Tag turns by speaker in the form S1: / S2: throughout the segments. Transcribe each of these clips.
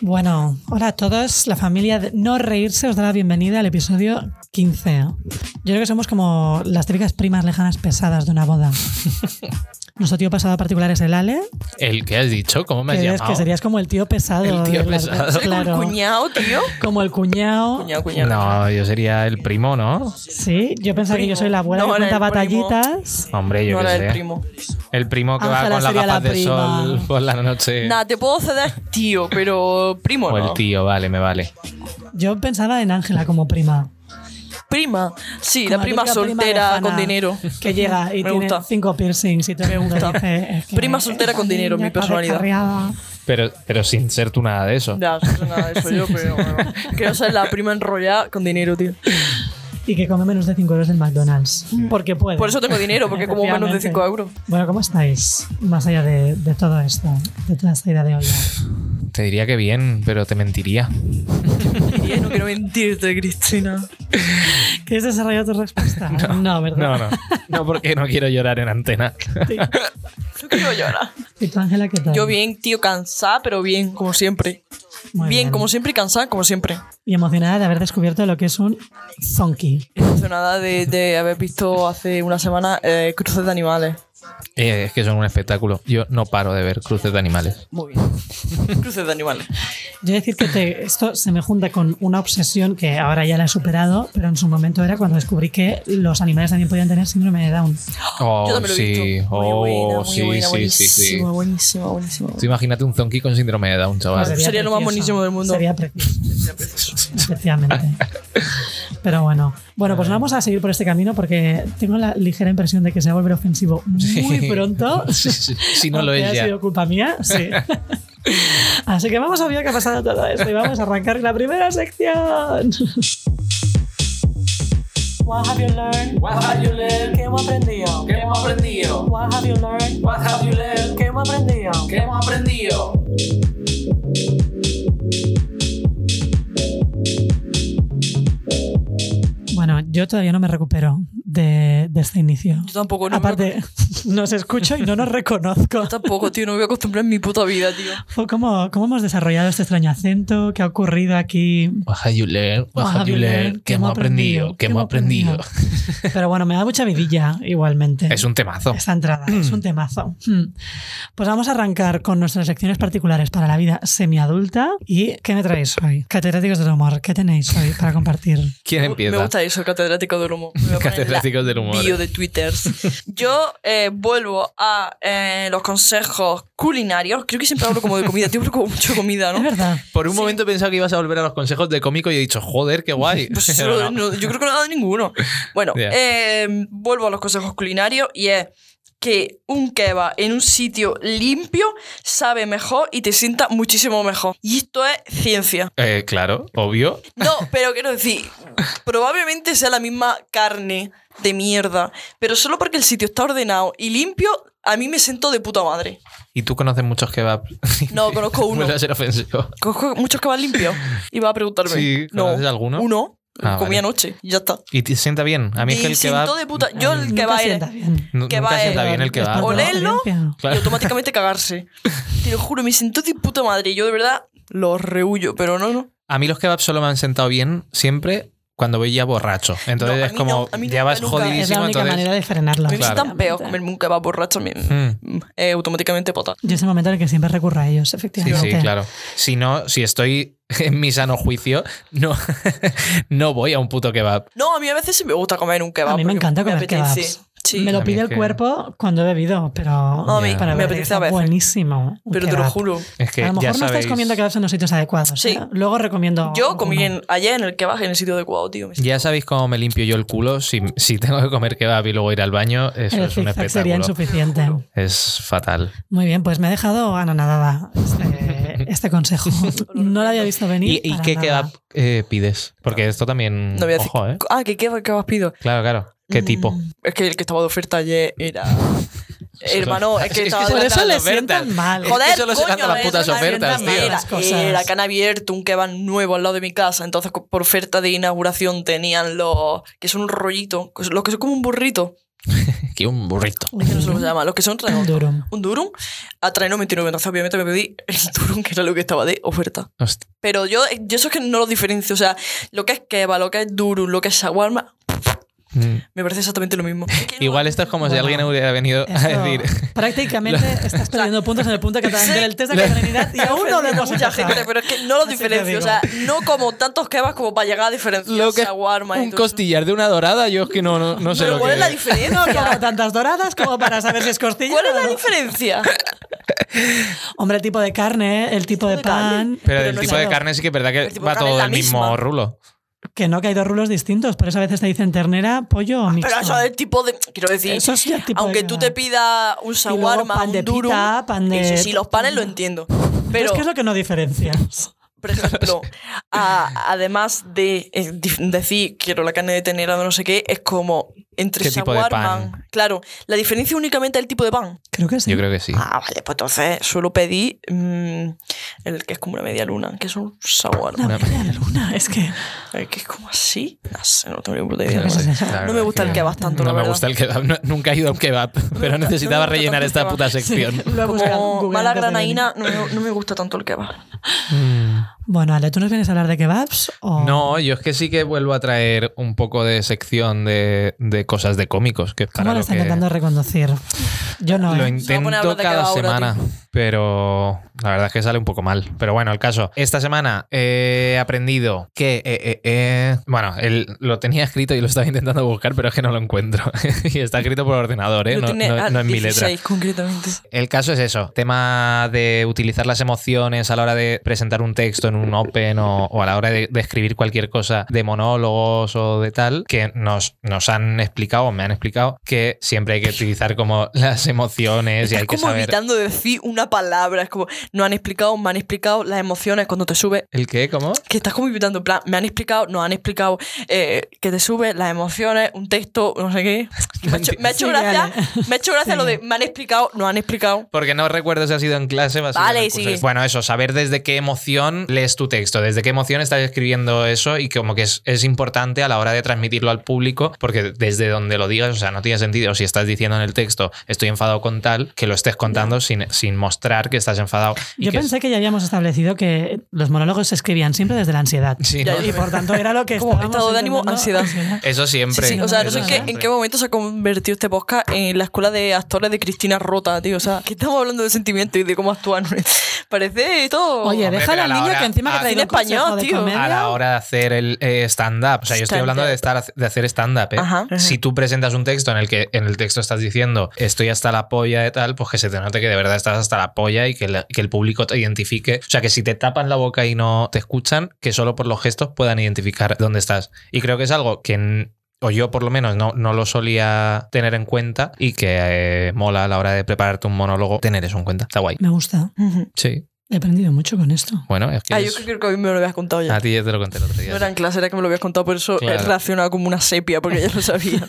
S1: Bueno, hola a todos. La familia de No Reírse os da la bienvenida al episodio 15. Yo creo que somos como las típicas primas lejanas pesadas de una boda. Nuestro tío pasado particular es el Ale,
S2: ¿El que has dicho? ¿Cómo me has
S1: que es
S2: llamado?
S1: que serías como el tío pesado.
S2: El tío
S1: de las-
S2: pesado.
S1: Claro.
S3: Cuñado, tío.
S1: Como el cuñado.
S3: Cuñado, cuñado.
S2: No, yo sería el primo, ¿no?
S1: Sí, yo pensaba que yo soy la abuela
S3: No,
S1: que
S3: era
S1: cuenta
S3: el primo.
S1: batallitas.
S2: Hombre, yo qué
S3: no era
S2: sé.
S3: el primo.
S2: El primo que va
S1: Ángela
S2: con las
S1: sería la
S2: gafas de
S1: prima.
S2: sol por la noche.
S3: Nada, te puedo ceder tío, pero primo
S2: o
S3: no.
S2: el tío, vale, me vale.
S1: Yo pensaba en Ángela como prima.
S3: Prima. Sí,
S1: Como
S3: la prima
S1: típica
S3: soltera
S1: lejana
S3: con dinero.
S1: Que llega y
S3: Me
S1: tiene
S3: gusta.
S1: cinco piercings y todo el mundo
S3: gusta.
S1: dice, es que
S3: Prima soltera
S1: esa
S3: con dinero,
S1: niña
S3: mi
S1: está
S3: personalidad.
S1: descarriada.
S2: Pero, pero sin ser tú nada de eso.
S3: Ya, no sé nada de eso yo, pero bueno. Quiero ser la prima enrollada con dinero, tío.
S1: Y que come menos de 5 euros del McDonald's. Porque puede.
S3: Mm. Por eso tengo dinero, porque como menos de
S1: Efectivamente.
S3: 5 euros.
S1: Bueno, ¿cómo estáis? Más allá de, de todo esto, de toda esta idea de hoy.
S2: Te diría que bien, pero te mentiría.
S3: Y no quiero mentirte, Cristina.
S1: ¿Quieres desarrollar tu respuesta? No,
S2: No,
S1: ¿verdad?
S2: no. No, porque no quiero llorar en antena.
S3: No quiero llorar.
S1: ¿Y tú, Ángela, qué tal?
S3: Yo bien, tío, cansada, pero bien, como siempre.
S1: Muy
S3: bien, como siempre, y cansada, como siempre.
S1: Y emocionada de haber descubierto lo que es un zonky.
S3: Emocionada de, de haber visto hace una semana eh, cruces de animales.
S2: Eh, es que son un espectáculo. Yo no paro de ver cruces de animales.
S3: Muy bien. Cruces de animales.
S1: Yo decir que te- esto se me junta con una obsesión que ahora ya la he superado, pero en su momento era cuando descubrí que los animales también podían tener síndrome de Down.
S2: Oh,
S3: Yo también lo he
S2: sí.
S3: visto. Muy
S2: Oh,
S3: buena, muy
S2: sí,
S3: buena,
S2: sí, sí, sí.
S3: buenísima, buenísima, buenísima.
S2: Tú imagínate un zonky con síndrome de Down, chaval.
S3: Madre. Sería lo más buenísimo del mundo.
S1: Sería precioso. Efectivamente. Pero bueno. Bueno, pues vamos a seguir por este camino porque tengo la ligera impresión de que se va a volver ofensivo muy
S2: Sí.
S1: pronto.
S2: Sí, sí, sí. Si no lo
S1: Aunque
S2: es
S1: ha
S2: ya.
S1: sido culpa mía, sí. Así que vamos a ver qué ha pasado todo esto y vamos a arrancar la primera sección. What have you learned? What have you learned? ¿Qué hemos aprendido? ¿Qué hemos aprendido? What have you learned? What have you learned? ¿Qué hemos aprendido? ¿Qué hemos aprendido? Bueno, yo todavía no me recupero de, de este inicio.
S3: Yo tampoco, no me-
S1: Aparte, nos escucho y no nos reconozco.
S3: Yo tampoco, tío, no me voy a acostumbrar en mi puta vida, tío.
S1: Fue como, ¿Cómo hemos desarrollado este extraño acento? ¿Qué ha ocurrido aquí?
S2: What have you learned? What have you learned? ¿Qué hemos aprendido? ¿Qué hemos aprendido?
S1: Pero bueno, me da mucha vidilla igualmente.
S2: Es un temazo.
S1: Esta entrada es un temazo. Hmm. Pues vamos a arrancar con nuestras secciones particulares para la vida semiadulta. ¿Y qué me traéis hoy? Catedráticos del humor, ¿qué tenéis hoy para compartir?
S2: ¿Quién
S3: Me
S2: empieza?
S3: gusta eso, catedrático del humor. Me voy a poner
S2: Catedráticos
S3: la
S2: del humor.
S3: Bio de Twitter. Yo eh, vuelvo a eh, los consejos culinarios. Creo que siempre hablo como de comida, tío, hablo como mucho de comida,
S1: Es
S3: ¿no?
S1: verdad.
S2: Por un momento he pensado que ibas a volver a los consejos de cómico y he dicho, joder, qué guay.
S3: Pues
S2: Pero
S3: eso,
S2: no.
S3: no, yo creo que no he dado ninguno. Bueno,
S2: Ya.
S3: eh, vuelvo a los consejos culinarios y es que un kebab en un sitio limpio sabe mejor y te sienta muchísimo mejor. Y esto es ciencia.
S2: Eh, claro, obvio.
S3: No, pero quiero decir, probablemente sea la misma carne de mierda, pero solo porque el sitio está ordenado y limpio, a mí me siento de puta madre.
S2: ¿Y tú conoces muchos kebabs?
S3: No, conozco uno.
S2: Vuelve a ser ofensivo.
S3: Conozco muchos que van limpios. Y va a preguntarme.
S2: Sí,
S3: no,
S2: ¿conoces alguno?
S3: Uno.
S2: Ah,
S3: comí
S2: vale.
S3: anoche. Y ya está.
S2: ¿Y te sienta bien? A mí es
S3: Y
S2: que el
S3: siento
S2: kebab... Mm.
S3: de puta. Yo el eh.
S1: Nunca
S3: kebab
S1: sienta
S3: era.
S1: bien. Pues
S2: nu-
S3: que
S2: nunca
S3: va eh.
S2: sienta
S3: el-
S2: bien el
S1: Después
S2: kebab.
S1: de
S2: ¿no?
S1: la
S3: Olerlo.
S1: experiencia.
S3: Y
S2: Claro.
S3: automáticamente cagarse. Te lo juro, me siento de puta madre. Yo de verdad lo rehuyo, pero no, no.
S2: A mí los kebabs solo me han sentado bien siempre cuando voy ya borracho. Entonces
S3: No, a
S2: es
S3: mí
S2: como,
S3: no, a mí
S2: ya
S3: nunca,
S2: vas
S3: nunca.
S1: Es la
S2: jodidísimo,
S1: única
S2: entonces...
S1: manera de frenarlo.
S3: A mí Me
S2: Claro.
S3: sientan peor comerme un kebab borracho. me-
S2: Mm.
S1: Hmm.
S3: eh, automáticamente pota.
S1: Yo ese momento en el que siempre recurro a ellos,
S2: Sí,
S1: efectivamente.
S2: sí, claro. Si no, si estoy en mi sano juicio, no, no voy a un puto kebab.
S3: No, a mí a veces sí me gusta comer un kebab.
S1: A mí me
S3: porque
S1: encanta comer
S3: apetece.
S1: kebabs.
S3: Sí.
S1: Me
S2: A
S1: lo
S2: mí
S1: pide
S2: es
S1: el
S2: que-
S1: cuerpo cuando he bebido, pero
S3: a mí
S1: para
S3: me
S1: ver,
S3: apetece
S1: está
S3: a veces.
S1: buenísimo. un
S3: Pero te lo
S1: kebab.
S3: juro.
S2: Es que
S1: a lo mejor
S2: ya
S1: no estáis
S2: sabéis-
S1: comiendo kebabs en los sitios adecuados.
S3: Sí.
S1: ¿eh? Luego recomiendo.
S3: Yo comí
S1: alguno.
S3: en- ayer en el kebab en el sitio adecuado, tío. Me-
S2: Ya sabéis cómo me limpio yo el culo. Si, si tengo que comer kebab y luego ir al baño, eso
S1: El
S2: es un
S1: zigzag sería
S2: espectáculo.
S1: insuficiente.
S2: Es fatal.
S1: Muy bien, pues me he dejado anonadada este, este consejo. No lo había visto venir.
S2: ¿Y, y
S1: para
S2: qué
S1: nada.
S2: kebab eh, pides? Porque esto también.
S3: No voy a decir.
S2: Ojo, ¿eh?
S3: Ah, que kebab, kebab pido.
S1: Mm.
S2: Claro, claro. ¿Qué tipo?
S3: Mm, Es que el que estaba de oferta ayer era. Hermano, es que estaba-
S1: Por eso le
S2: las ofertas.
S1: sientan mal.
S2: Es que
S3: Joder,
S2: solo se
S3: coño,
S2: lanzan las
S1: eso
S2: putas
S1: es la mierda,
S2: ofertas, tío.
S1: mierda.
S3: Era,
S1: Las cosas.
S3: era Eh, que han abierto un kebab nuevo al lado de mi casa. Entonces, co- por oferta de inauguración tenían los. que son un rollito. que son- Los que son como un burrito.
S2: Que un burrito.
S3: Es que no sé cómo se llama. Los que son redondos.
S1: Durum.
S3: Un durum a 3,99. Entonces, obviamente, me pedí el durum, que era lo que estaba de oferta.
S2: Hostia.
S3: Pero yo, eh, yo eso es que no lo diferencio. O sea, lo que es kebab, lo que es durum, lo que es shawarma,
S2: Mm.
S3: me parece exactamente lo mismo. Es que no-
S2: Igual esto es como si
S1: Bueno,
S2: alguien hubiera venido a
S1: Eso,
S2: decir.
S1: Prácticamente estás perdiendo puntos en el punto que te dan del test de
S2: Lo-
S1: catalanidad y aún no lo
S3: ofendiendo
S1: hemos
S3: a mucha
S1: empezado.
S3: gente, pero es que no lo
S1: Así te
S3: diferencio. O sea, no como tantos kebabs como para llegar a diferenciar
S2: Lo que es
S3: shawarma y
S2: un
S3: todo eso.
S2: costillar de una dorada, yo es que no, no, no sé
S3: Pero
S2: lo
S3: ¿cuál
S2: que
S3: es la
S2: es.
S1: No como
S3: diferencia?
S1: tantas doradas como para saber si es costilla
S3: ¿Cuál es
S1: o
S3: la
S1: no.
S3: diferencia?
S1: Hombre, el tipo de carne, el tipo de
S3: de carne.
S1: pan.
S2: Pero
S3: Pero
S2: el
S3: no
S2: tipo de
S1: es-
S2: carne sí que es verdad
S3: El
S2: que
S3: tipo
S2: va
S3: de carne
S2: todo
S3: es la
S2: el mismo
S3: misma.
S2: rulo.
S1: Que no, que hay dos rulos distintos. Por eso a veces te dicen ternera, pollo o mixto.
S3: Ah, Pero eso es el tipo de. Quiero decir,
S1: Eso es ya el tipo
S3: aunque
S1: de
S3: tú
S1: kebab.
S3: te pidas un
S1: luego
S3: shawarma,
S1: pan de
S3: un durum.
S1: pita, pan de-
S3: eso sí, los panes lo entiendo. Pero,
S1: Es que es lo que no diferencia.
S3: por ejemplo, a- además de eh, dif- decir quiero la carne de ternera de no sé qué, es como entre
S2: ¿Qué tipo de
S3: shawarma.
S2: pan?
S3: Claro, la diferencia únicamente es el tipo de pan.
S1: Creo que sí.
S2: Yo creo que sí.
S3: Ah, vale, pues entonces suelo pedir mm, el que es como una media luna, que es un shawarma.
S1: Una media luna, es que.
S3: El que es como así. No sé, no tengo ni puta
S2: Yo
S3: idea.
S2: no sé,
S1: No
S2: la
S1: me
S2: verdad
S3: gusta
S2: que
S3: el kebab tanto,
S2: No
S3: la
S2: me
S3: verdad.
S2: gusta el kebab. no- nunca he ido a un kebab, pero necesitaba
S3: gusta
S2: rellenar
S3: tanto el
S2: esta
S3: kebab.
S2: puta
S1: Sí,
S2: sección.
S1: lo he buscado en
S3: Como
S1: Google
S3: mala
S1: antes de venir.
S3: granaína, no me, no me gusta tanto el kebab.
S2: Mm.
S1: Bueno, Ale, ¿tú nos vienes a hablar de kebabs? O...
S2: No, yo es que sí que vuelvo a traer un poco de sección de, de cosas de cómicos, que es
S1: ¿Cómo
S2: para
S1: lo
S2: lo
S1: está
S2: que
S1: intentando reconducir? Yo no.
S2: lo
S1: ¿eh?
S3: Se va a poner a hablar
S2: intento
S3: de
S2: cada
S3: kebab ahora,
S2: semana, pero la verdad es que sale un poco mal. Pero bueno, el caso, esta semana he aprendido que... eh, eh, eh, bueno, el- lo tenía escrito y lo estaba intentando buscar, pero es que no lo encuentro. y está escrito por ordenador, ¿eh?
S3: Lo
S2: No,
S3: tiene
S2: no-
S3: a
S2: no en mi letra.
S3: 16 concretamente.
S2: El caso es eso, tema de utilizar las emociones a la hora de presentar un texto en un open o, o a la hora de, de escribir cualquier cosa de monólogos o de tal, que nos, nos han explicado, me han explicado, que siempre hay que utilizar como las emociones y
S3: Estás
S2: hay que
S3: como
S2: saber...
S3: evitando decir una palabra. Es como, no han explicado, me han explicado las emociones cuando te sube.
S2: ¿El qué? ¿Cómo?
S3: Que estás como evitando, en plan, me han explicado, no han explicado eh, que te sube las emociones, un texto, no sé qué. Me ha hecho, me ha hecho
S1: Sí,
S3: gracia,
S1: vale.
S3: me ha hecho gracia
S1: Sí.
S3: lo de me han explicado, no han explicado.
S2: Porque no recuerdo si ha sido en clase o ha sido
S3: Vale,
S2: en el curso.
S3: sigue.
S2: Bueno, eso, saber desde qué emoción lees tu texto, desde qué emoción estás escribiendo eso y como que es, es importante a la hora de transmitirlo al público, porque desde donde lo digas, o sea, no tiene sentido si estás diciendo en el texto estoy enfadado con tal, que lo estés contando sin, sin mostrar que estás enfadado. y
S1: Yo
S2: que es-
S1: pensé que ya habíamos establecido que los monólogos se escribían siempre desde la ansiedad.
S2: Sí,
S3: Ya,
S2: ¿no?
S1: Y por tanto era lo que
S3: Como
S1: estábamos
S3: estado de ánimo,
S1: intentando-
S3: ansiedad.
S2: Eso siempre.
S3: Sí, o sea, no
S2: eso
S3: sé en qué, en
S2: siempre.
S3: qué momento se ha convertido este podcast en la escuela de actores de Cristina Rota, tío. O sea, que estamos hablando de sentimientos y de cómo actúan. Parece todo.
S1: Oye,
S2: Hombre,
S1: déjala al
S2: pero a la
S1: niño
S2: hora-
S1: que encima que
S2: a-
S1: trae
S3: Cine español, tío.
S2: a la hora de hacer el eh, stand-up. O sea, yo estoy
S3: Stand-up.
S2: hablando de, estar, de hacer stand-up. ¿eh?
S3: Ajá.
S2: Si tú presentas un texto en el que en el texto estás diciendo estoy hasta la polla de tal, pues que se te note que de verdad estás hasta la polla y que, la- que el público te identifique. O sea, que si te tapan la boca y no te escuchan, que solo por los gestos puedan identificar dónde estás. Y creo que es algo que... n- o yo por lo menos no, no lo solía tener en cuenta y que eh, mola a la hora de prepararte un monólogo tener eso en cuenta. Está guay.
S1: Me gusta.
S3: Ujú.
S2: Sí.
S1: He aprendido mucho con esto.
S2: Bueno, es que
S3: Ah,
S2: es-
S3: yo creo que a mí me lo habías contado ya.
S2: a ti ya te lo conté el otro día.
S3: No era en clase, era que me lo habías contado, por eso
S2: Claro.
S3: he reaccionado como una sepia, porque ya lo sabía.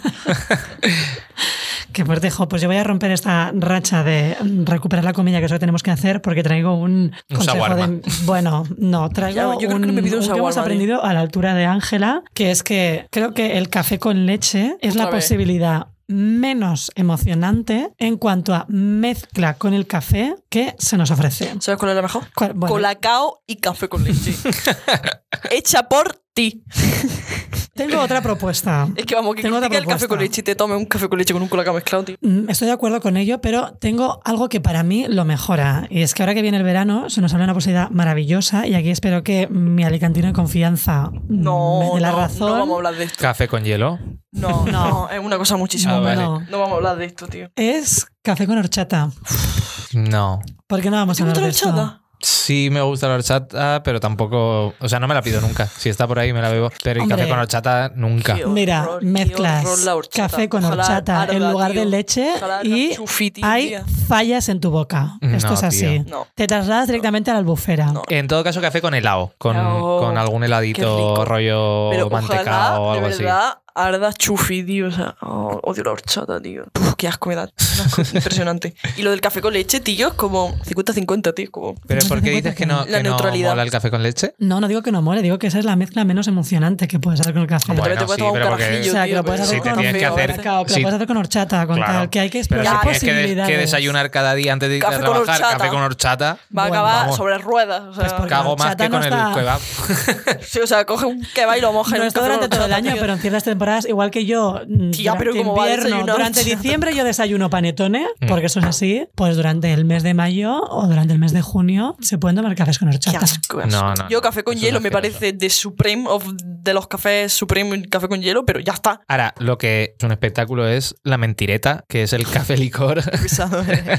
S1: Qué fuerte, jo. Pues yo voy a romper esta racha de recuperar la comida, que es lo que tenemos que hacer, porque traigo un,
S2: Un
S1: consejo
S2: shawarma.
S1: de- Bueno, no, traigo
S3: Ya, yo creo que
S1: un,
S3: no me pido un ¿eh?
S1: que hemos
S3: shawarma,
S1: aprendido a la altura de Ángela, que es que creo que el café con leche es la
S3: Otra vez.
S1: posibilidad menos emocionante en cuanto a mezcla con el café que se nos ofrece.
S3: ¿Sabes cuál es la mejor?
S1: Cual- bueno,
S3: Colacao y café con leche. Hecha por ti.
S1: tengo otra propuesta.
S3: Es que vamos, que
S1: Tengo otra
S3: critica el café
S1: propuesta.
S3: con leche y te tome un café con leche con un colacao mezclado, tío.
S1: Mm, Estoy de acuerdo con ello, pero tengo algo que para mí lo mejora. Y es que ahora que viene el verano se nos abre una posibilidad maravillosa y aquí espero que mi alicantino de confianza mm,
S3: No,
S1: me dé la
S3: no,
S1: razón.
S3: no vamos a hablar de esto.
S2: Café con hielo.
S1: No.
S3: No, no, es una cosa muchísimo
S2: Ah,
S1: No,
S2: vale.
S1: no.
S3: No vamos a hablar de esto, tío.
S1: Es café con horchata.
S2: No.
S1: ¿Por qué no vamos a
S3: ¿Te gusta
S1: hablar de
S3: la
S1: esto?
S3: horchata?
S2: Sí me gusta la horchata, pero tampoco... O sea, no me la pido nunca. Si está por ahí, me la bebo. Pero el
S1: Hombre.
S2: café con horchata, nunca.
S3: Qué horror,
S1: Mira,
S3: qué
S1: mezclas
S3: horror la horchata.
S1: café con
S3: Ojalá
S1: horchata
S3: arda,
S1: en lugar de
S3: tío.
S1: leche
S3: Ojalá
S1: y
S3: la chufi, tío,
S1: hay
S3: tía.
S1: fallas en tu boca. Esto
S2: No,
S1: es así.
S2: tío.
S3: No.
S1: Te trasladas directamente a la albufera.
S3: No.
S2: En todo caso, café con helado. Con,
S3: Oh,
S2: con algún
S3: qué
S2: heladito
S3: rico.
S2: rollo
S3: Pero
S2: mantecado
S3: ojalá,
S2: o algo
S3: de
S2: así.
S3: verdad, Arda chufi, tío. O sea, oh, odio la horchata, tío. Uf, qué asco me da. un asco impresionante. Y lo del café con leche, tío, es como 50-50, tío. es Como...
S2: ¿Pero por qué dices que no,
S3: La
S2: que no
S3: neutralidad.
S2: mola el café con leche?
S1: No, no digo que no mole, digo que esa es la mezcla menos emocionante que puedes hacer con el café.
S2: Bueno,
S3: También te puedes
S2: sí,
S3: tomar un
S2: pero porque-
S3: carajillo,
S1: o sea, que
S3: tío, pues,
S1: lo puedes
S3: pero-
S1: hacer
S2: Sí,
S1: con
S2: tenías que
S1: café,
S2: hacer-
S1: cacao, que
S2: sí.
S1: lo puedes hacer con horchata, con
S2: Claro.
S1: tal, que hay que
S2: Pero
S1: explorar
S2: si tienes que, de-
S1: posibilidades.
S2: que desayunar cada día antes de irte
S3: Café
S2: a
S3: con
S2: trabajar,
S3: horchata.
S2: café con horchata,
S3: Va a
S1: Bueno,
S3: acabar
S2: vamos.
S3: sobre ruedas. O sea,
S1: Pues porque-
S2: cago más
S1: horchata
S2: que
S1: no
S2: con
S1: está-
S2: el kebab.
S3: sí, o sea, coge un kebab y lo moja en
S1: No
S3: un
S1: está
S3: café con
S1: durante todo el
S3: horchata,
S1: año,
S3: tío.
S1: pero en ciertas temporadas, igual que yo, mm,
S3: Tía, pero
S1: durante
S3: ¿cómo va a
S1: invierno,
S3: desayunar
S1: durante
S3: horchata?
S1: diciembre yo desayuno panetone,
S2: Mm.
S1: porque eso es así, pues durante el mes de mayo o durante el mes de junio se pueden tomar cafés con
S3: Qué
S1: horchata.
S3: asco, asco.
S2: No, no,
S3: Yo
S2: no,
S3: café con
S2: eso es
S3: hielo me
S2: asqueroso.
S3: parece de supreme of de los cafés supreme el café con hielo, pero ya está.
S2: Ahora, lo que es un espectáculo es la mentireta, que es el café licor,
S3: Pisado, eh.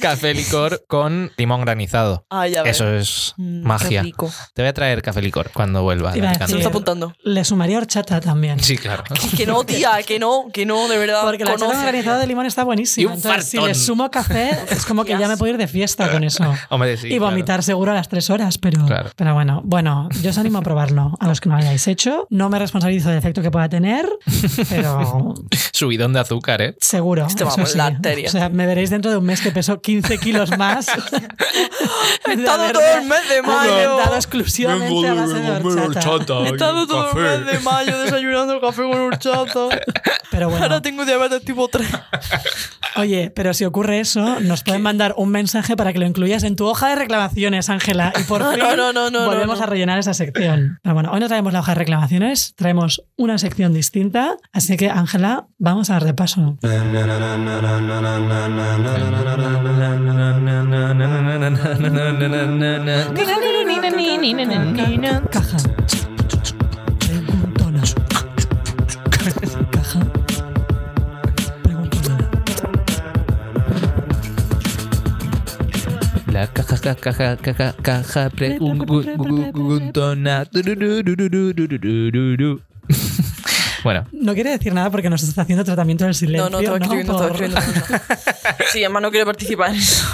S2: café licor con limón granizado.
S3: Ah, ya ves.
S2: Eso es
S3: Mm, qué
S2: magia.
S3: rico.
S2: Te voy a traer café licor cuando vuelva.
S1: Te iba a
S2: Alejandro.
S3: Se lo está
S1: Sí.
S3: apuntando.
S1: Le sumaría horchata también.
S2: Sí, claro.
S3: Que no, tía, que no, que no, de verdad.
S1: Porque la horchata
S3: conoce.
S1: organizada de limón está
S2: Y
S1: buenísima.
S2: un
S1: Entonces, si
S2: fartón.
S1: le sumo café, es como que ya me puedo ir de fiesta con eso.
S2: Hombre, sí,
S1: y
S2: claro.
S1: vomitar seguro a las tres horas, pero,
S2: Claro.
S1: pero bueno, bueno, yo os animo a probarlo, a los que no lo hayáis hecho. No me responsabilizo del efecto que pueda tener, pero
S2: Subidón de azúcar, ¿eh?
S1: seguro.
S3: Este va
S1: eso
S3: por
S1: sí.
S3: la arteria.
S1: O sea, me veréis dentro de un mes que peso 15 kilos más.
S3: He estado todo el mes de mayo.
S1: Dado exclusivamente a base de horchata.
S3: He estado todo el mes de mayo desayunando café con horchata.
S1: Pero bueno,
S3: Ahora tengo diabetes tipo 3.
S1: oye, pero si ocurre eso, nos pueden mandar un mensaje para que lo incluyas en tu hoja de reclamaciones, Ángela. Y por
S3: No,
S1: fin
S3: no, no, no, no,
S1: volvemos
S3: no.
S1: a rellenar esa sección. Pero bueno, hoy no traemos la hoja de reclamaciones, traemos una sección distinta. Así que, Ángela, vamos a dar de paso. Caja. Preguntona. Caja. Preguntona.
S2: La caja, caja, caja, caja, caja, preguntona. Bueno,
S1: No quiere decir nada porque nos está haciendo tratamiento del silencio.
S3: No, no, estaba escribiendo, estaba
S1: Por-
S3: escribiendo. Sí, además no quiero participar en eso.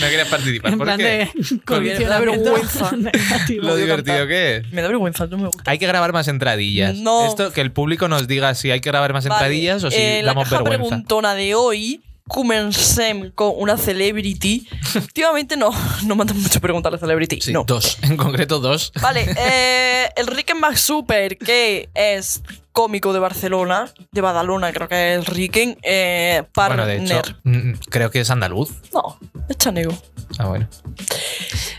S2: no quieres participar.
S1: En
S2: ¿Por
S1: plan
S2: qué?
S1: de
S3: Me da
S1: condicionamiento
S3: vergüenza.
S1: negativo.
S2: Lo
S3: odio
S2: divertido
S3: cantar.
S2: que es.
S3: Me da vergüenza, no me gusta.
S2: Hay que grabar más entradillas.
S3: No.
S2: Esto, que el público nos diga si hay que grabar más
S3: Vale,
S2: entradillas o si
S3: eh, la
S2: damos
S3: caja
S2: vergüenza.
S3: preguntona de hoy comencem con una celebrity. Últimamente no, no mandan mucho preguntas a la celebrity.
S2: Sí,
S3: no.
S2: dos. En concreto, dos.
S3: Vale, eh, Enrique Max Super, que es cómico de Barcelona, de Badalona, creo que es Riquen, eh, partner.
S2: Bueno, de hecho, mm, creo que es andaluz.
S3: No, es chanego.
S2: Ah, bueno.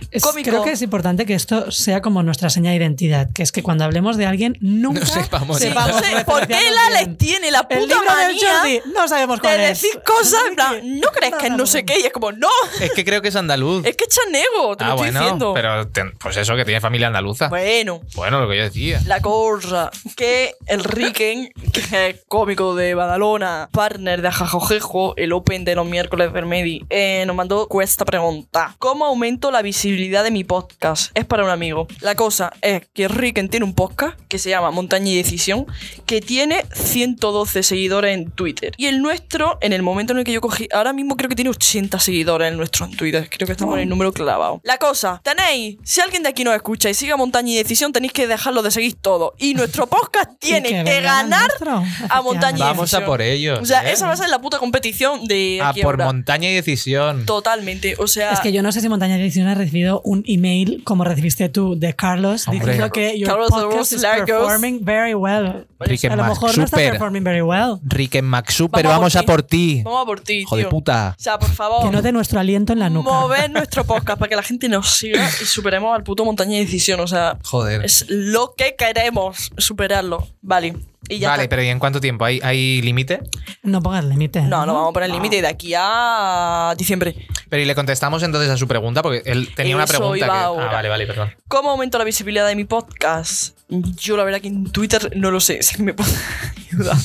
S1: Es-
S3: Cómico.
S1: Creo que es importante que esto sea como nuestra seña de identidad, que es que cuando hablemos de alguien nunca
S2: No sepamos.
S3: Sí,
S2: Sepamos
S3: no sé por qué
S1: referenciarnos
S3: la
S1: bien.
S3: tiene la
S1: El
S3: puta
S1: libro del
S3: manía
S1: Jordi, no sabemos
S3: de
S1: cuál es.
S3: decir cosas en plan,
S1: Enrique,
S3: no crees que no sé qué, y es como, no,
S2: Es que creo que es andaluz.
S3: es que es chanego, te
S2: ah,
S3: lo estoy
S2: bueno.
S3: diciendo.
S2: Pero ten- pues eso, que tiene familia andaluza. Bueno,
S3: Bueno,
S2: lo que yo decía.
S3: La cosa que el Riken, que es cómico de Badalona, partner de Ajajojejo, el Open de los miércoles del Medi, eh, nos mandó esta pregunta. ¿Cómo aumento la visibilidad de mi podcast? Es para un amigo. La cosa es que Riken tiene un podcast que se llama Montaña y Decisión, que tiene 112 seguidores en Twitter. Y el nuestro, en el momento en el que yo cogí, ahora mismo creo que tiene 80 seguidores el nuestro en Twitter. Creo que estamos en el número clavado. La cosa, tenéis, si alguien de aquí nos escucha y sigue a Montaña y Decisión, tenéis que dejarlo de seguir todo. Y nuestro podcast
S1: Y
S3: tiene que,
S1: venga
S3: ganar.
S1: nuestro,
S3: a Montaña.
S1: efectivamente.
S2: Vamos a por ellos.
S3: O sea,
S2: ¿eh?
S3: esa va a ser la puta competición de
S2: A
S3: aquí
S2: por
S3: ahora.
S2: montaña y decisión.
S3: Totalmente. O sea,
S1: Ah, Es que yo no sé si Montaña Edición ha recibido un email como recibiste tú de Carlos
S2: Hombre.
S1: diciendo que your
S3: Carlos de
S1: podcast is
S3: Roslargos.
S1: performing very well.
S2: Enrique
S1: a lo
S2: Max,
S1: mejor no está
S2: super.
S1: performing very well.
S2: Rick en Max Super,
S3: Vamos
S2: vamos,
S3: a
S2: a por ti.
S3: vamos a por ti,
S2: Hijo de
S3: tío.
S2: puta.
S3: O sea, por favor.
S1: Que no dé nuestro aliento en la nuca.
S3: Mover nuestro podcast para que la gente nos siga y superemos al puto montaña de decisión. O sea,
S2: Joder.
S3: es lo que queremos, superarlo. Vale. Y ya
S2: Vale,
S3: está.
S2: pero ¿y en cuánto tiempo? ¿Hay, hay límite?
S1: No pongas límite.
S3: No, no vamos a poner el límite de aquí a diciembre.
S2: Pero y le contestamos entonces a su pregunta, porque él tenía una
S3: Eso
S2: pregunta.
S3: iba
S2: que-
S3: ahora.
S2: Ah, vale, vale, perdón.
S3: ¿Cómo aumento la visibilidad de mi podcast? Yo la verdad que en Twitter no lo sé, si me puede ayudar.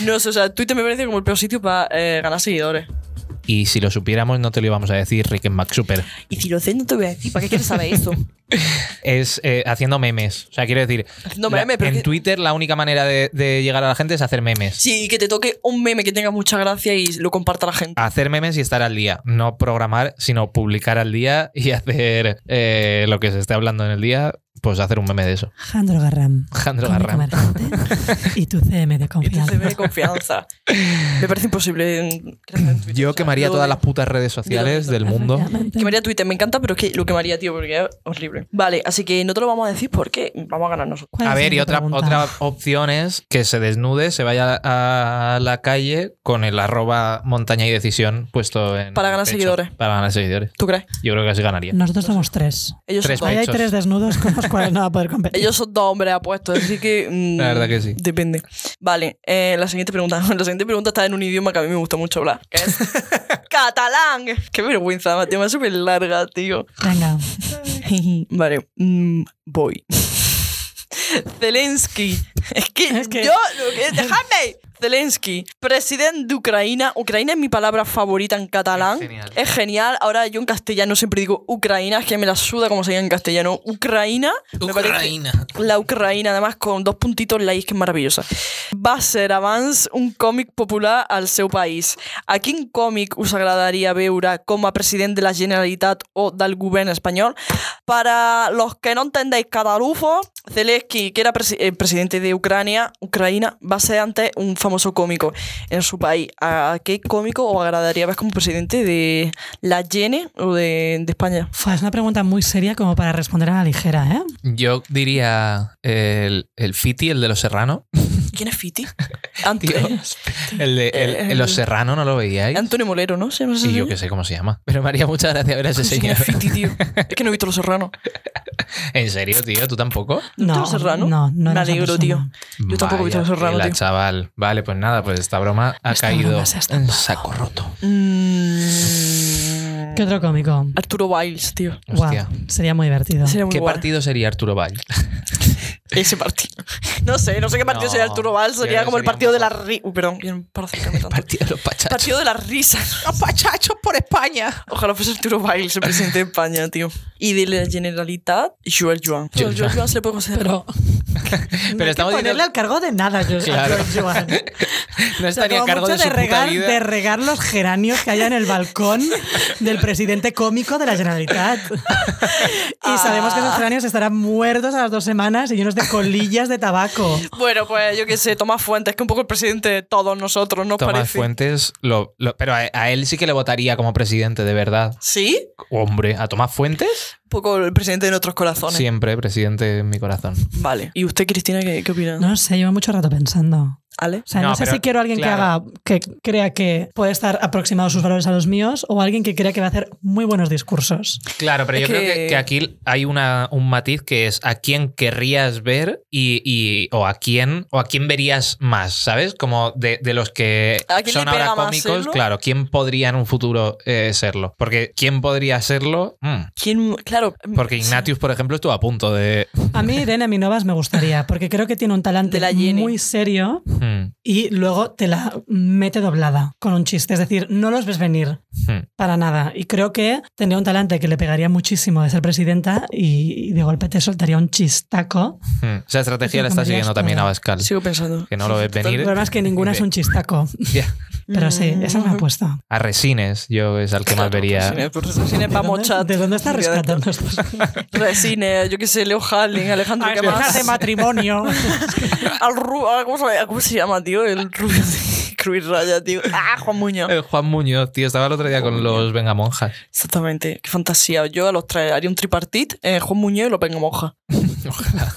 S3: No sé, o sea, Twitter me parece como el peor sitio para eh, ganar seguidores.
S2: Y si lo supiéramos, no te lo íbamos a decir, Rick en Max Super.
S3: Y si lo sé, no te voy a decir, ¿para qué quieres saber eso?
S2: Es eh, haciendo memes. O sea, quiero decir.
S3: Haciendo
S2: la-
S3: memes, pero
S2: En
S3: que-
S2: Twitter, la única manera de, de llegar a la gente es hacer memes.
S3: Sí, que te toque un meme que tenga mucha gracia y lo comparta la gente.
S2: Hacer memes y estar al día. No programar, sino publicar al día y hacer eh, lo que se esté hablando en el día, Pues hacer un meme de eso.
S1: Jandro Garram.
S2: Jandro
S1: cómico
S2: Garram.
S1: emergente, y tu CM de
S3: Y te
S1: confianza.
S3: de confianza. Me parece imposible. en- crecer en Twitter, o
S2: Yo
S3: sea,
S2: quemaría
S3: lo
S2: todas
S3: de-
S2: las putas redes sociales del mundo.
S1: Efectivamente.
S3: Quemaría Twitter, me encanta, pero es que lo quemaría, tío, porque es horrible. Vale, así que no te lo vamos a decir porque vamos a ganar nosotros.
S1: ¿Cuál es la
S2: A ver, y
S1: siguiente
S2: otra,
S1: pregunta?
S2: otra opción es que se desnude, se vaya a la calle con el arroba montaña y decisión puesto en.
S3: Para ganar
S2: pecho.
S3: seguidores.
S2: Para ganar seguidores.
S3: ¿Tú crees?
S2: Yo creo que así ganaría.
S1: Nosotros somos tres.
S3: Ellos
S2: Tres
S3: son
S1: Ahí
S3: dos.
S1: hay
S2: Hechos.
S1: tres desnudos con los cuales no va a poder competir.
S3: Ellos son dos hombres apuestos, así que. mm,
S2: La verdad que sí.
S3: Depende. Vale, eh, la siguiente pregunta. La siguiente pregunta está en un idioma que a mí me gusta mucho hablar, que es catalán. Qué vergüenza, Mateo, es súper larga, tío.
S1: Venga.
S3: Vale, mm, voy. Zelensky. Es que,
S1: Es que-
S3: yo. lo que- ¡Dejadme! Zelensky, presidente de Ucrania. Ucrania es mi palabra favorita en catalán.
S2: Es genial.
S3: Es genial. Ahora yo en castellano siempre digo Ucrania, es que me la suda como se diga en castellano. Ucrania. me parece- la Ucrania, además con dos puntitos en la I, que es maravillosa. Va a ser abans un còmic popular al seu país. A quin còmic us agradaria veure com a president de la Generalitat o del govern espanyol? Para los que no entendéis catalufo, Zelensky, que era presi- eh, presidente de Ucrania, Ucrania, va a ser antes un famoso cómico en su país. ¿A qué cómico os agradaría ver como presidente de la Gene o de, de España?
S1: Fua, es una pregunta muy seria como para responder a la ligera, ¿eh?
S2: Yo diría el, el Fiti, el de los Serrano.
S3: ¿Quién es Fiti?
S2: Tío,
S3: Antonio,
S2: el de el-
S3: Eh,
S2: los Serrano, ¿no lo veíais?
S3: Antonio Molero, ¿no? ¿Se llama ese
S2: Y yo
S3: señor?
S2: que sé cómo se llama. Pero María, muchas gracias ver a ese
S3: eh, ¿Cómo se llama
S2: señor.
S3: Fiti, tío. Es que no he visto Los Serranos.
S2: ¿En serio, tío? ¿Tú tampoco?
S3: ¿No te lo serrano?
S1: No, no
S3: Me
S1: era esa
S3: alegro,
S1: persona.
S3: Yo tampoco he visto
S2: Vaya
S3: Los Serrano,
S2: tela,
S3: tío.
S2: chaval. Vale, pues nada, pues esta broma ha
S1: Esta
S2: caído
S1: broma se ha
S2: en
S1: estampado.
S2: saco roto.
S3: Mm.
S1: ¿Qué otro cómico?
S3: Arturo Biles, tío.
S2: Hostia.
S1: Guau, sería muy divertido.
S3: Sería muy
S2: ¿Qué
S3: guay.
S2: partido sería Arturo Valle?
S3: Ese partido. No sé, no sé qué partido
S2: No,
S3: sería Arturo Valls.
S2: yo
S3: Sería
S2: creo que
S3: como el
S2: sería
S3: partido
S2: un
S3: de la
S2: poco-
S3: risa. Uy, perdón, bien, para acercarme tanto.
S2: Partido de los pachachos.
S3: Partido de la risas.
S2: Los pachachos por España.
S3: Ojalá fuese Arturo Biles el presidente de España, tío. Y de la Generalitat, Joel Joan.
S2: Joel
S3: Joel Joan.
S2: Joan
S3: se le puede considerar.
S1: Pero, no hay que
S2: estamos diciendo-
S1: ponerle al cargo de nada, yo,
S2: Claro.
S1: a George Joan.
S2: No
S1: O sea,
S2: estaría a
S1: como
S2: cargo
S1: mucho
S2: de su puta
S1: regar,
S2: vida.
S1: de regar los geranios que haya en el balcón del presidente cómico de la Generalitat. Y
S3: Ah.
S1: sabemos que esos geranios estarán muertos a las dos semanas y llenos de colillas de tabaco.
S3: Bueno, pues yo qué sé, Tomás Fuentes, que un poco el presidente de todos nosotros, ¿no os
S2: Tomás
S3: parece?
S2: Fuentes, lo- lo- pero a, a él sí que le votaría como presidente, de verdad.
S3: ¿Sí?
S2: Hombre, ¿a Tomás Fuentes?
S3: Un poco el presidente de nuestros corazones.
S2: Siempre presidente en mi corazón.
S3: Vale. ¿Y usted, Cristina, qué, qué opina?
S1: No lo sé, llevo mucho rato pensando.
S3: ¿Ale?
S1: O sea, no,
S2: No,
S1: sé
S2: pero-
S1: si quiero a alguien que
S2: claro.
S1: haga que crea que puede estar aproximado sus valores a los míos o alguien que crea que va a hacer muy buenos discursos.
S2: Claro, pero
S3: Es
S2: yo creo
S3: que-
S2: que, que aquí hay una, un matiz que es a quién querrías ver y, y- o a quién o a quién verías más, ¿sabes? Como de, de los que
S3: ¿A quién
S2: son
S3: le pega
S2: ahora
S3: más
S2: cómicos,
S3: serlo?
S2: claro, ¿quién podría en un futuro eh, serlo? Porque ¿quién podría serlo? Mm,
S3: ¿Quién? Claro.
S2: Porque Ignatius, por ejemplo, estuvo a punto de...
S1: A mí Irene Minovas me gustaría porque creo que tiene un talante
S3: De la Jenny.
S1: muy serio
S2: Mm,
S1: y luego te la mete doblada con un chiste. Es decir, no los ves venir
S2: mm.
S1: para nada. Y creo que tendría un talante que le pegaría muchísimo de ser presidenta y, y de golpe te soltaría un chistaco.
S2: Hmm. Esa estrategia
S1: Te
S2: la está
S1: comerías
S2: siguiendo también
S1: todo.
S2: Abascal.
S3: Sigo pensando.
S2: Que no lo ves
S1: El
S2: venir.
S1: problema es que ninguna es un chistaco.
S2: Ya.
S1: Pero sí, esa es
S3: Mm.
S1: una apuesta.
S2: A Resines, yo es al que más vería.
S3: Resines, pues Resines, vamos,
S1: ¿De dónde,
S3: chat.
S1: ¿De dónde estás
S3: Porque de-
S1: rescatando estos?
S3: Resines, yo qué sé, Leo Halling, Alejandro, ¿qué
S1: personas
S3: más?
S1: matrimonio.
S3: Al Ru- al- ¿cómo, se, cómo se llama, tío? El rubio de Cruz Raya, tío. Ah, Juan Muñoz.
S2: Eh, Juan Muñoz, tío, estaba el otro día con los Vengamonjas.
S3: Exactamente, qué fantasía. Yo a los tres haría un tripartit, eh, Juan Muñoz y López Moja.
S2: Ojalá.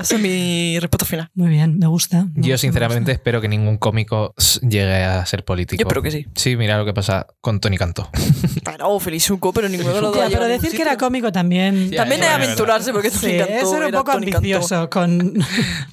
S3: Esa es mi respuesta final.
S1: Muy bien, me gusta. me gusta,
S2: Yo, sinceramente, espero que ningún cómico s- llegue a ser político.
S3: Yo espero que sí.
S2: Sí, mira lo que pasa con Tony Cantó.
S3: Pero Felizuco, pero ninguno de
S1: me
S3: los
S1: gusta.
S3: dos.
S1: Ya, pero
S3: llega a ningún
S1: decir que era
S3: sitio.
S1: cómico también.
S2: Ya,
S3: También
S2: ya,
S3: es
S2: ya,
S3: aventurarse, porque
S1: Sí,
S3: Tony Cantó
S1: eso era un
S3: era
S1: poco
S3: Tony Cantó.
S1: ambicioso con,
S2: Eso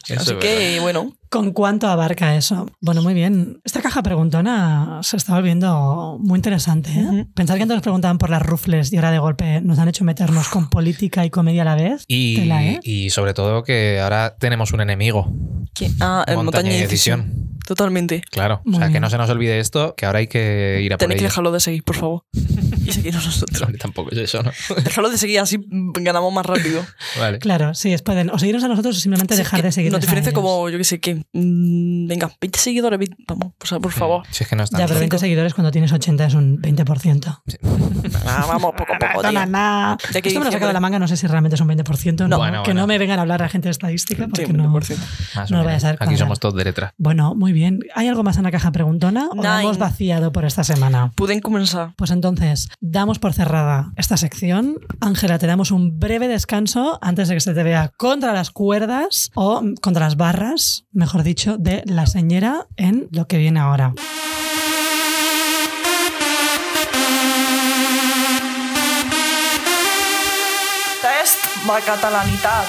S3: Así
S2: es verdad.
S3: que, bueno,
S1: con cuánto abarca eso. Bueno, muy bien. Esta caja preguntona se está volviendo muy interesante. ¿eh?
S3: Ujú.
S1: Pensar que antes nos preguntaban por las rufles y ahora de golpe nos han hecho meternos con política y comedia a la vez.
S2: Y,
S1: Tela, ¿eh?
S2: y sobre todo que ahora tenemos un enemigo.
S3: ¿quién? Ah, el Montaña y Decisión. Totalmente.
S2: Claro.
S1: Muy
S2: o sea, que
S1: bien.
S2: no se nos olvide esto, que ahora hay que ir a por
S3: Tenéis que
S2: ello.
S3: dejarlo de seguir, por favor. y seguirnos nosotros.
S2: Tampoco es eso, ¿no?
S3: Dejadlo de seguir así ganamos más rápido.
S2: Vale.
S1: Claro, sí, es pueden o seguirnos a nosotros o simplemente
S3: Sí,
S1: dejar
S3: que
S1: de seguirnos.
S3: Nos
S1: a
S3: diferencia
S1: ellos.
S3: como, yo que sé, que. mm, venga, 20 seguidores, 20, vamos, o sea, por favor.
S2: Si es que
S1: Ya,
S2: no están.
S1: pero 20 seguidores cuando tienes 80 es un 20%.
S3: Ah, vamos, poco a poco.
S1: Na, na,
S3: tío.
S1: na.
S3: Ya que
S1: Esto me lo he
S3: diciembre.
S1: sacado de la manga, no sé si realmente es un 20%. No,
S2: Bueno,
S1: que
S2: bueno.
S1: no me vengan a hablar a gente de estadística porque
S3: Sí,
S1: no.
S3: 1%.
S2: Más
S1: no
S2: o
S1: lo
S2: menos.
S1: vayas a ver
S2: Aquí
S1: cuadrar.
S2: somos todos de letra.
S1: Bueno, muy bien. ¿Hay algo más en la caja preguntona o la
S3: Nine.
S1: hemos vaciado por esta semana?
S3: Pueden comenzar.
S1: Pues entonces, damos por cerrada esta sección. Ángela, te damos un breve descanso antes de que se te vea contra las cuerdas o contra las barras, mejor dicho, de la señera en lo que viene ahora.
S3: Test la catalanidad.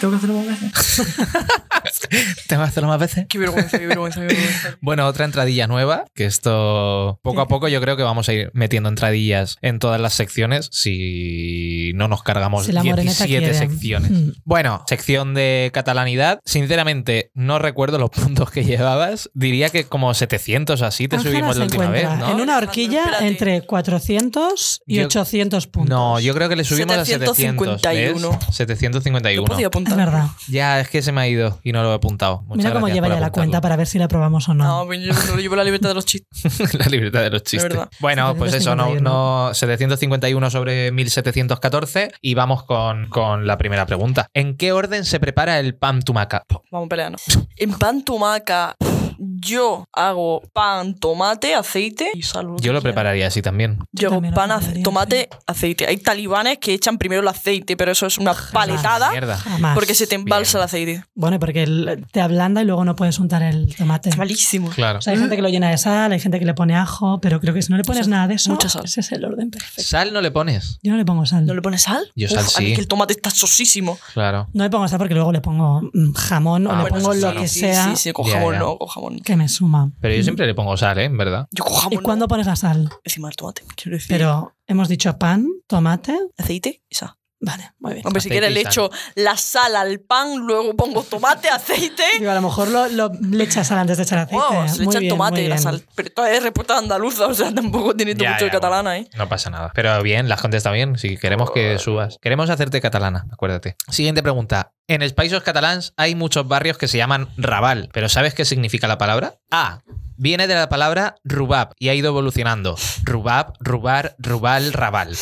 S3: ¿Tengo que hacerlo más veces?
S2: ¿Te vas a hacerlo más veces?
S3: Qué vergüenza, qué vergüenza, qué vergüenza.
S2: Bueno, otra entradilla nueva, que esto poco a poco yo creo que vamos a ir metiendo entradillas en todas las secciones si no nos cargamos
S1: Si la moreneta
S2: 17
S1: quiere.
S2: secciones.
S1: Mm.
S2: Bueno, sección de catalanidad. Sinceramente, no recuerdo los puntos que llevabas. Diría que como 700 o así te
S1: Ángela
S2: subimos
S1: se
S2: la última vez,
S1: encuentra
S2: ¿no?
S1: En una horquilla
S3: Espérate.
S1: entre 400 y
S2: Yo-
S1: 800 puntos.
S2: No, yo creo que le subimos a 700.
S3: 751.
S2: ¿ves?
S3: Yo podía
S2: 751.
S1: Es
S3: apuntar.
S1: verdad.
S2: Ya, es que se me ha ido y no lo he apuntado. Muchas
S1: Mira cómo
S2: gracias
S1: lleva
S2: por
S1: ya la
S2: apuntarlo.
S1: cuenta para ver si la aprobamos o
S3: No,
S1: no.
S3: pero yo no llevo la libertad de los chistes.
S2: la libertad de los chistes.
S3: verdad.
S2: Bueno, pues eso, no,
S1: 751.
S2: no 751 sobre 1714 y vamos con, con la primera pregunta. ¿En qué orden se prepara el pan tumaca?
S3: Vamos a pelearnos. En pan tomaca, yo hago pan, tomate, aceite y sal. que
S2: Yo lo
S3: quiera.
S2: prepararía así también.
S1: Yo
S3: Yo hago
S1: también lo
S3: pan, ace-
S1: prepararía,
S3: tomate, aceite. Hay talibanes que echan primero el aceite, pero eso es una paletada
S2: Mierda.
S1: Jamás.
S3: porque se te embalsa
S2: Bien.
S3: el aceite.
S1: Bueno, porque el- te ablanda y luego no puedes untar el tomate.
S3: Es malísimo.
S2: Claro.
S1: O sea, hay gente que lo llena de sal, hay gente que le pone ajo, pero creo que si no le pones
S3: Mucha-
S1: nada de eso,
S3: mucha sal.
S1: ese es el orden perfecto.
S2: Sal no le pones.
S1: Yo no le pongo sal.
S3: ¿No le pones sal?
S2: Yo sal
S3: a mí
S2: sí.
S3: que el tomate está sosísimo.
S2: Claro.
S1: No le pongo sal porque luego le pongo mm, jamón o
S2: Ah,
S1: le
S2: bueno,
S1: pongo
S2: sí,
S1: lo
S2: sí,
S1: que
S3: sí,
S1: sea
S3: Sí, sí, con
S2: Ya,
S3: jamón
S2: ya.
S3: no, con jamón no.
S1: que me suma.
S2: Pero yo siempre le pongo sal, ¿eh? En verdad.
S3: Yo con jamón
S1: ¿Y
S3: no.
S1: cuándo pones la sal?
S3: Encima del tomate, quiero decir.
S1: Pero hemos dicho pan, tomate.
S3: Aceite y sal.
S1: Vale, muy bien.
S3: Hombre, si
S2: Aceite
S3: quieres
S2: y
S3: le
S2: sal.
S3: echo la sal al pan, luego pongo tomate, aceite.
S1: Digo, a lo mejor lo, lo- le echas sal antes de echar aceite.
S3: Wow, se le
S1: Muy
S3: echan
S1: bien,
S3: tomate
S1: muy
S3: y la
S1: bien.
S3: sal. Pero todavía es respuesta andaluza, o sea, tampoco tiene
S2: Ya,
S3: mucho de
S2: ya,
S3: catalana, ¿eh?
S2: No pasa nada. Pero bien, las contesta bien. Si queremos que subas. Queremos hacerte catalana, acuérdate. Siguiente pregunta. En los países catalans hay muchos barrios que se llaman Raval, pero ¿sabes qué significa la palabra? A. Viene de la palabra rubab y ha ido evolucionando. Rubab, rubar, rubal, rabal.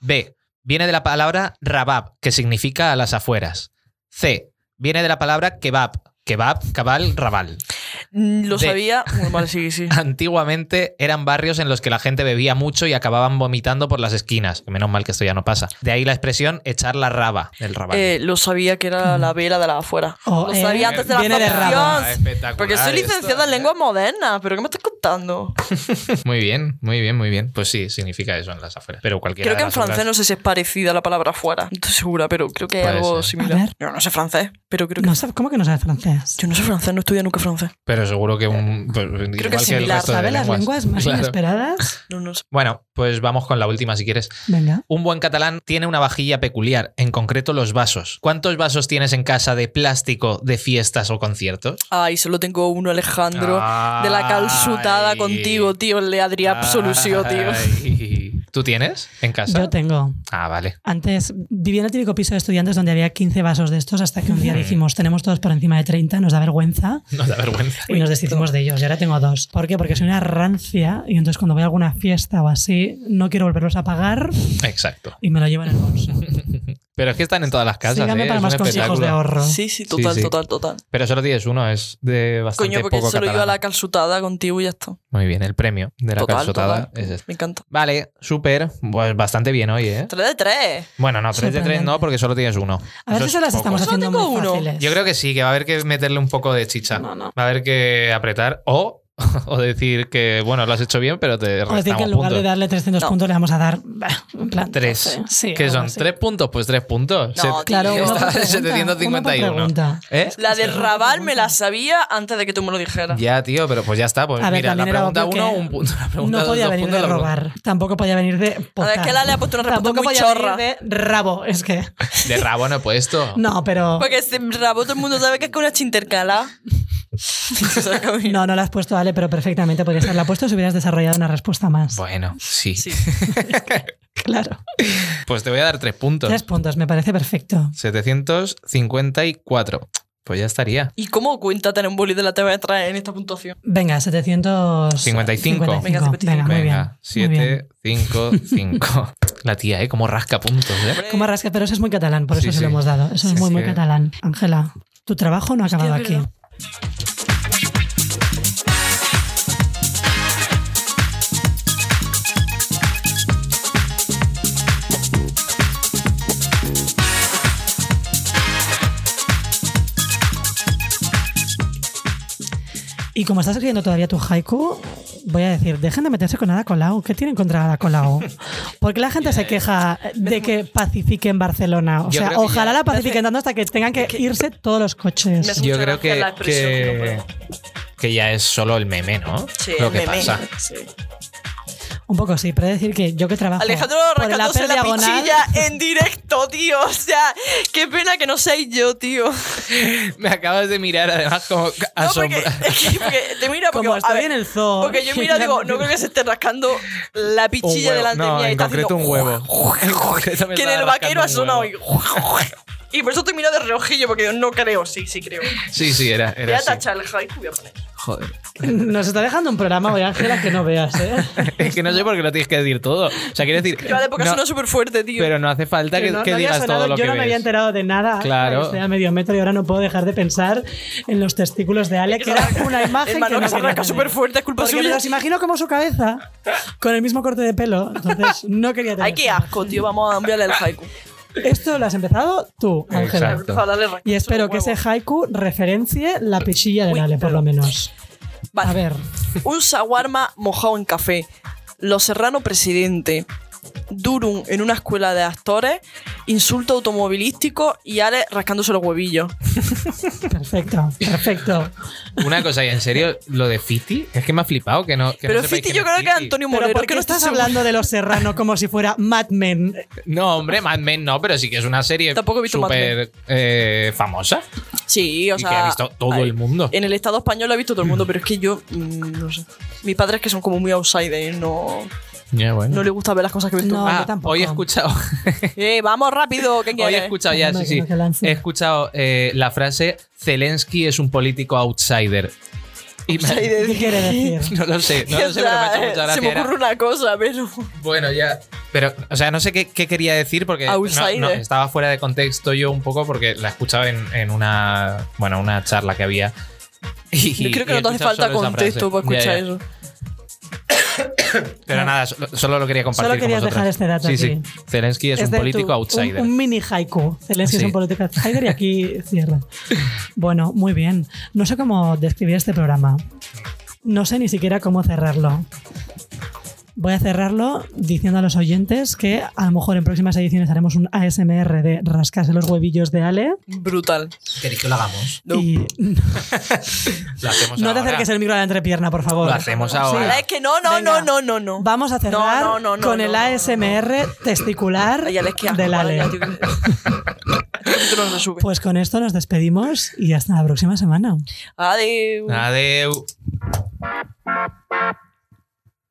S2: B. Viene de la palabra rabab, que significa a las afueras. C. Viene de la palabra kebab, kebab, cabal, rabal.
S3: Mm, Lo
S2: De-
S3: sabía. Bueno, vale, sí, sí.
S2: Antiguamente eran barrios en los que la gente bebía mucho y acababan vomitando por las esquinas. Que menos mal que esto ya no pasa. De ahí la expresión echar la raba del rabal.
S3: Eh, lo sabía que era la vela de la afuera.
S1: O,
S3: lo
S1: eh,
S3: sabía antes de la
S1: viene de
S3: formación.
S1: rabo.
S2: Ah, Espectacular
S3: Porque soy
S2: esto,
S3: licenciada en
S2: ¿eh?
S3: lenguas modernas, pero ¿qué me estás contando?
S2: Muy bien, muy bien, muy bien. Pues sí, significa eso en las afueras. Pero cualquiera.
S3: Creo
S2: de
S3: que en
S2: las
S3: francés
S2: otras-
S3: no sé si es parecida la palabra afuera. No estoy segura, pero creo que hay
S2: Puede
S3: algo
S2: ser.
S1: A
S3: similar.
S1: ver.
S3: Yo no sé francés, pero creo que.
S1: No sabe- ¿Cómo que no sabes francés?
S3: Yo no sé francés, no estudié nunca francés.
S2: Pero seguro que un. pues, igual
S3: es
S2: que el
S3: similar.
S2: resto de
S1: ¿Sabes las
S2: lenguas.
S1: lenguas más
S2: Claro.
S1: inesperadas?
S3: No, no sé.
S2: Bueno, pues vamos con la última si quieres.
S1: Venga.
S2: Un buen catalán tiene una vajilla peculiar, en concreto los vasos. ¿Cuántos vasos tienes en casa de plástico de fiestas o conciertos?
S3: Ay, solo tengo uno, Alejandro. De la calzutada
S2: Ay.
S3: contigo, tío. Le daría absolución, tío.
S2: Ay. ¿Tú tienes en casa?
S1: Yo tengo.
S2: Ah, vale.
S1: Antes vivía en el típico piso de estudiantes donde había 15 vasos de estos hasta que un día dijimos, tenemos todos por encima de 30, nos da vergüenza
S2: No da vergüenza.
S1: y nos decidimos de ellos. Y ahora tengo dos. ¿Por qué? Porque soy una rancia y entonces cuando voy a alguna fiesta o así, no quiero volverlos a pagar
S2: Exacto.
S1: y me lo llevo en el bolso.
S2: Pero es que están en todas las casas.
S1: Síganme
S2: ¿eh?
S1: para
S2: Es
S1: más
S2: un
S1: consejos de
S2: espectáculo.
S1: ahorro.
S3: Sí, sí, total,
S2: sí.
S3: total, total.
S2: Pero solo tienes uno, es de bastante
S3: Coño, porque
S2: poco
S3: solo iba a
S2: catalán.
S3: la calzutada contigo y ya está.
S2: Muy bien, el premio de la
S3: Total,
S2: calzotada
S3: total.
S2: es este.
S3: Me encanta.
S2: Vale, súper. Pues bastante bien hoy, ¿eh?
S3: Tres de tres.
S2: Bueno, no, 3 de 3 no,
S1: Sorprendente.
S2: porque solo tienes uno.
S1: A ver si
S2: Eso es
S1: se las
S2: poco.
S1: estamos
S3: Solo
S1: haciendo
S3: tengo
S1: muy
S3: uno.
S1: fáciles.
S2: Yo creo que sí, que va a haber que meterle un poco de chicha.
S1: No, no.
S2: Va a haber que apretar o o decir que, bueno, lo has hecho bien, pero te
S1: O decir
S2: restamos
S1: que en lugar
S2: puntos.
S1: de darle 300
S3: No.
S1: puntos le vamos a dar bah, en plan,
S2: Tres.
S1: 12. Sí,
S2: que
S1: algo
S2: son
S1: así.
S2: tres puntos, pues tres puntos.
S3: No,
S2: Se-
S1: Claro,
S3: Tío,
S1: uno por
S2: está
S1: pregunta, uno
S2: 751.
S1: por pregunta.
S2: ¿Eh?
S3: La de
S1: Sí,
S3: Raval
S1: pregunta.
S3: me la sabía antes de que tú me lo dijeras.
S2: Ya, tío, pero pues ya está. Pues
S1: A ver,
S2: mira, la
S1: también era
S2: pregunta
S1: obvio
S2: uno,
S1: que
S2: un punto. La pregunta
S1: No
S2: dos,
S1: podía
S2: dos
S1: venir
S2: puntos,
S1: de
S2: la pregunta-
S1: robar. Tampoco podía venir de.
S3: A ver,
S1: potar.
S3: es que la le ha puesto una respuesta
S1: Tampoco
S3: muy
S1: podía
S3: chorra.
S1: venir de rabo. Es que.
S2: De rabo no he puesto.
S1: No, pero.
S3: Porque si Raval todo el mundo sabe que es con una chintercala.
S1: No, no la has puesto, Ale, pero perfectamente podrías haberla puesto si hubieras desarrollado una respuesta más.
S2: Bueno, sí.
S3: Sí.
S1: Claro.
S2: Pues te voy a dar tres puntos.
S1: Tres puntos, me parece perfecto.
S2: 754. Pues ya estaría.
S3: ¿Y cómo cuenta tener un boli de la TV atrás en esta puntuación?
S1: Venga, 755.
S2: 55.
S1: Venga,
S3: Venga,
S1: Venga, Ah,
S3: 55.
S1: muy bien.
S2: Venga,
S1: muy bien.
S2: 7, 5, 5. La tía, ¿eh? Como rasca puntos, ¿eh?
S1: Como rasca, pero eso es muy catalán, por eso
S2: Sí,
S1: se lo
S2: sí.
S1: hemos dado. Eso
S2: Sí,
S1: es muy,
S2: sí.
S1: muy catalán. Ángela, tu trabajo no ha acabado
S3: es
S1: aquí.
S3: verdad.
S1: Y como estás escribiendo todavía tu haiku, voy a decir, dejen de meterse con Ada Colau. ¿Qué tienen contra Ada Colau? Porque la gente se queja de que pacifiquen Barcelona. O
S2: Yo
S1: sea,
S2: creo que ya-
S1: ojalá la pacifiquen tanto hasta que tengan que irse todos los coches.
S3: Me hace
S2: Yo
S3: mucha
S2: creo
S3: gracia
S2: que,
S3: la expresión,
S2: que-
S3: que no puedo.
S2: que ya es solo el meme, ¿no?
S3: Sí,
S2: Lo
S3: el
S2: que
S3: meme.
S2: pasa.
S3: Sí.
S1: Un poco sí, pero he de decir que yo que trabajo
S3: Alejandro
S1: por el
S3: arrancándose
S1: Upper
S3: la,
S1: Diagonal-
S3: pichilla en directo, tío. O sea, qué pena que no seáis yo, tío.
S2: Me acabas de mirar además como
S3: No, porque,
S2: asombrado.
S3: es que- porque te mira porque,
S1: Como
S3: a
S1: estoy
S3: ver,
S1: en el zoo.
S3: porque yo mira digo, no creo que se esté rascando la
S2: Un
S3: pichilla
S2: huevo.
S3: delante
S2: no,
S3: mía y
S2: en
S3: está
S2: concreto
S3: haciendo,
S2: un huevo. En concreto me
S3: Que en
S2: estaba
S3: el
S2: rascando
S3: vaquero ha
S2: un
S3: sonado y,
S2: huevo.
S3: y por eso te miro de reojillo porque digo, no creo, sí, sí creo.
S2: Sí, sí, era,
S3: Voy
S2: era
S3: a
S2: así.
S3: tachar el haiku, voy a poner.
S2: Joder.
S1: Nos está dejando un programa hoy, Ángela, que no veas, ¿eh?
S2: Es que no sé por qué lo tienes que decir todo. O sea, quiero decir.
S3: Yo, vale, porque
S2: no,
S3: suena súper fuerte, tío.
S2: pero no hace falta que,
S1: Que no-
S2: que
S1: no había
S2: digas
S1: sonado,
S2: todo lo
S1: yo
S2: que
S1: no me
S2: ves.
S1: había enterado de nada.
S2: Claro.
S1: Estoy a medio metro y ahora no puedo dejar de pensar en los testículos de Ale, que era una imagen que
S3: Hermano, que,
S1: no
S3: se
S1: quería
S3: arranca
S1: tener.
S3: súper fuerte, es culpa
S1: Porque me
S3: suya.
S1: los imagino como su cabeza, con el mismo corte de pelo. Entonces, no quería tener.
S3: Ay, qué asco, tío. Vamos a enviarle el haiku.
S1: Esto lo has empezado tú, Ángela.
S2: Exacto.
S3: Ojalá le arranque
S1: Y espero
S3: un
S1: que ese
S3: huevo.
S1: haiku referencie la pichilla de
S3: Uy,
S1: Ale, por lo menos.
S3: Vale.
S1: A ver,
S3: Un shawarma mojado en café. Los Serrano presidente. Durum en una escuela de actores. Insulto automovilístico y Ale rascándose los huevillos.
S1: perfecto, perfecto.
S2: Una cosa, y en serio, lo de Fiti, es que me ha flipado que no. que no
S3: Pero
S2: sepáis
S3: Fiti,
S2: que
S3: yo
S2: no
S3: creo que es
S2: Fiti.
S3: Antonio
S1: Pero
S3: Morero.
S1: ¿por
S3: que
S1: qué
S3: no
S1: estás
S3: estoy
S1: hablando de Los Serrano como si fuera Mad Men?
S2: No, hombre, Mad Men no, pero sí que es una serie
S3: Tampoco he visto Mad Men.
S2: súper eh, famosa
S3: segura. Sí, o
S2: y
S3: sea.
S2: que ha visto todo
S3: ay,
S2: el mundo.
S3: En el Estado español lo ha visto todo el mundo, pero es que yo. mm, no sé. Mis padres que son como muy outsiders, no,
S2: Ya, bueno.
S3: no les gusta ver las cosas que ves tú.
S1: No.
S2: Ah,
S1: yo tampoco.
S2: hoy he escuchado.
S3: Eh, vamos rápido, ¿qué
S2: Hoy
S3: quieres?
S2: he escuchado ya,
S1: Hombre, que
S2: sí, sí.
S1: no te lance.
S2: He escuchado eh, la frase Zelensky es un político outsider. Y me-
S3: Outsider.
S1: ¿Qué quiere decir?
S2: no lo sé, no
S3: O
S2: lo sé, pero me ha
S3: sea,
S2: hecho mucha
S3: se
S2: gracia.
S3: me
S2: Era-
S3: ocurre una cosa, pero.
S2: Bueno, ya. Pero, o sea, no sé qué, qué quería decir porque no-
S3: Outsider.
S2: no, estaba fuera de contexto yo un poco porque la escuchaba en, en una, bueno, una charla que había. Y,
S3: Yo creo que
S2: y
S3: no te
S2: he
S3: hace
S2: escuchado
S3: falta
S2: solo esa
S3: contexto
S2: frase.
S3: para escuchar
S2: Ya, ya.
S3: eso.
S2: Pero nada, solo, solo lo quería compartir.
S1: Solo
S2: con
S1: querías
S2: vosotros.
S1: dejar este dato
S2: Sí,
S1: aquí.
S2: sí. Zelensky es, un
S1: de
S2: político
S1: tu-
S2: outsider.
S1: Un, un mini haiku. Celestia es
S2: Sí.
S1: un político outsider y aquí cierra. Bueno, muy bien. No sé cómo describir este programa. No sé ni siquiera cómo cerrarlo. Voy a cerrarlo diciendo a los oyentes que a lo mejor en próximas ediciones haremos un ASMR de rascarse los huevillos de Ale.
S3: Brutal.
S2: ¿Queréis que lo hagamos?
S3: No.
S1: Y
S2: Lo hacemos
S1: no te
S2: Pues ahora.
S1: acerques el micro a la entrepierna, por favor.
S2: Lo hacemos ahora.
S3: Vale, es que no, no,
S1: Venga.
S3: no, no, no, no.
S1: Vamos a cerrar
S3: No, no, no, no,
S1: con
S3: no,
S1: el
S3: no, no, no.
S1: ASMR testicular
S3: Ay, Ale, es que asco,
S1: del
S3: vale,
S1: Ale.
S3: ya, tío, que- Este capítulo no se sube.
S1: Pues con esto nos
S2: Ah,
S1: despedimos y hasta la próxima semana.
S3: Adiós.
S2: Adeu.